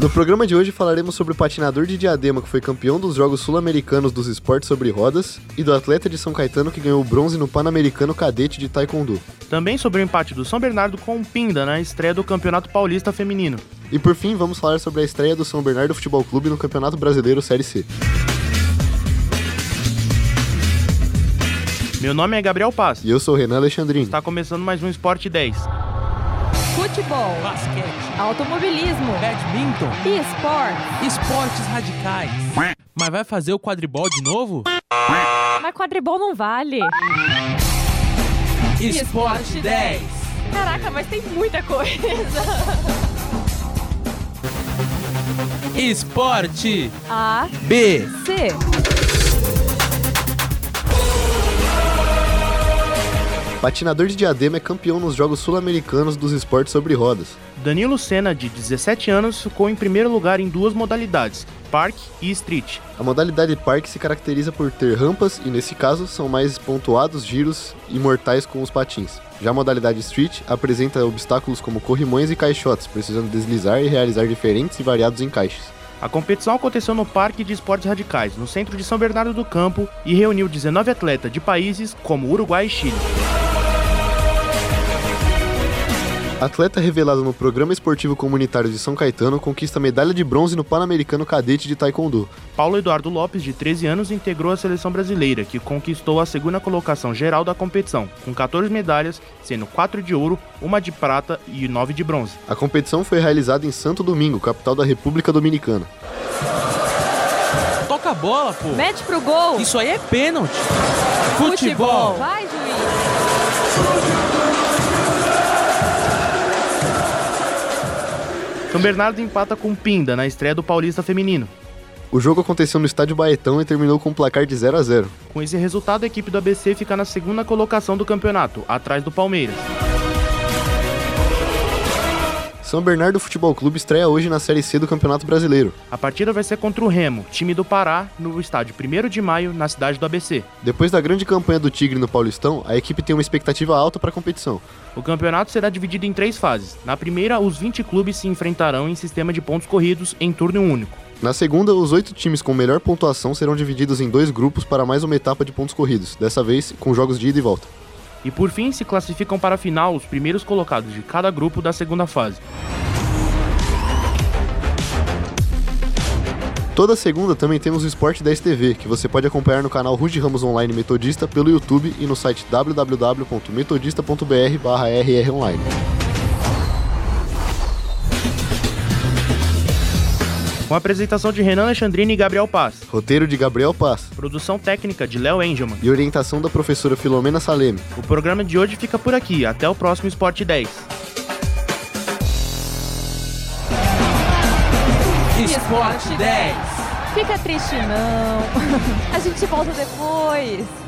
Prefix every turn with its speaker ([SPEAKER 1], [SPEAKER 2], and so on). [SPEAKER 1] No programa de hoje falaremos sobre o patinador de Diadema que foi campeão dos Jogos Sul-Americanos dos Esportes sobre Rodas e do atleta de São Caetano que ganhou bronze no Pan-Americano Cadete de Taekwondo.
[SPEAKER 2] Também sobre o empate do São Bernardo com o Pinda na estreia do Campeonato Paulista Feminino.
[SPEAKER 1] E por fim, vamos falar sobre a estreia do São Bernardo Futebol Clube no Campeonato Brasileiro Série C.
[SPEAKER 2] Meu nome é Gabriel Paz.
[SPEAKER 1] E eu sou o Renan Alexandrini.
[SPEAKER 2] Está começando mais um Esporte 10.
[SPEAKER 3] Futebol,
[SPEAKER 4] basquete,
[SPEAKER 3] automobilismo
[SPEAKER 4] badminton,
[SPEAKER 3] e esportes.
[SPEAKER 4] esportes radicais. Mas vai fazer o quadribol de novo?
[SPEAKER 3] Mas quadribol não vale. Esporte 10. Caraca, mas tem muita coisa.
[SPEAKER 4] Esporte
[SPEAKER 3] A,
[SPEAKER 4] B.
[SPEAKER 3] C.
[SPEAKER 1] Patinador de Diadema é campeão nos Jogos Sul-Americanos dos Esportes sobre Rodas.
[SPEAKER 2] Danilo Senna, de 17 anos, ficou em primeiro lugar em duas modalidades, parque e street.
[SPEAKER 1] A modalidade parque se caracteriza por ter rampas e, nesse caso, são mais pontuados giros e mortais com os patins. Já a modalidade street apresenta obstáculos como corrimões e caixotes, precisando deslizar e realizar diferentes e variados encaixes.
[SPEAKER 2] A competição aconteceu no Parque de Esportes Radicais, no centro de São Bernardo do Campo, e reuniu 19 atletas de países como Uruguai e Chile.
[SPEAKER 1] Atleta revelado no Programa Esportivo Comunitário de São Caetano conquista medalha de bronze no Pan-Americano Cadete de Taekwondo.
[SPEAKER 2] Paulo Eduardo Lopes, de 13 anos, integrou a seleção brasileira, que conquistou a segunda colocação geral da competição, com 14 medalhas, sendo 4 de ouro, 1 de prata e 9 de bronze.
[SPEAKER 1] A competição foi realizada em Santo Domingo, capital da República Dominicana.
[SPEAKER 4] Toca a bola, pô.
[SPEAKER 3] Mete pro gol.
[SPEAKER 4] Isso aí é pênalti. Futebol.
[SPEAKER 3] Vai, juiz.
[SPEAKER 2] São Bernardo empata com Pinda na estreia do Paulista Feminino.
[SPEAKER 1] O jogo aconteceu no estádio Baetão e terminou com um placar de 0 a 0.
[SPEAKER 2] Com esse resultado, a equipe do ABC fica na segunda colocação do campeonato, atrás do Palmeiras.
[SPEAKER 1] São Bernardo Futebol Clube estreia hoje na Série C do Campeonato Brasileiro.
[SPEAKER 2] A partida vai ser contra o Remo, time do Pará, no estádio 1 de maio, na cidade do ABC.
[SPEAKER 1] Depois da grande campanha do Tigre no Paulistão, a equipe tem uma expectativa alta para a competição.
[SPEAKER 2] O campeonato será dividido em três fases. Na primeira, os 20 clubes se enfrentarão em sistema de pontos corridos em turno único.
[SPEAKER 1] Na segunda, os oito times com melhor pontuação serão divididos em dois grupos para mais uma etapa de pontos corridos, dessa vez com jogos de ida e volta.
[SPEAKER 2] E por fim, se classificam para a final os primeiros colocados de cada grupo da segunda fase.
[SPEAKER 1] Toda segunda também temos o Esporte 10 TV, que você pode acompanhar no canal Rude Ramos Online Metodista pelo YouTube e no site www.metodista.br/rronline.
[SPEAKER 2] Com a apresentação de Renan Alexandrini e Gabriel Paz.
[SPEAKER 1] Roteiro de Gabriel Paz
[SPEAKER 2] Produção técnica de Léo Engelman.
[SPEAKER 1] e orientação da professora Filomena Saleme.
[SPEAKER 2] O programa de hoje fica por aqui. Até o próximo Esporte 10.
[SPEAKER 4] Esporte 10.
[SPEAKER 3] Fica triste, não. A gente volta depois.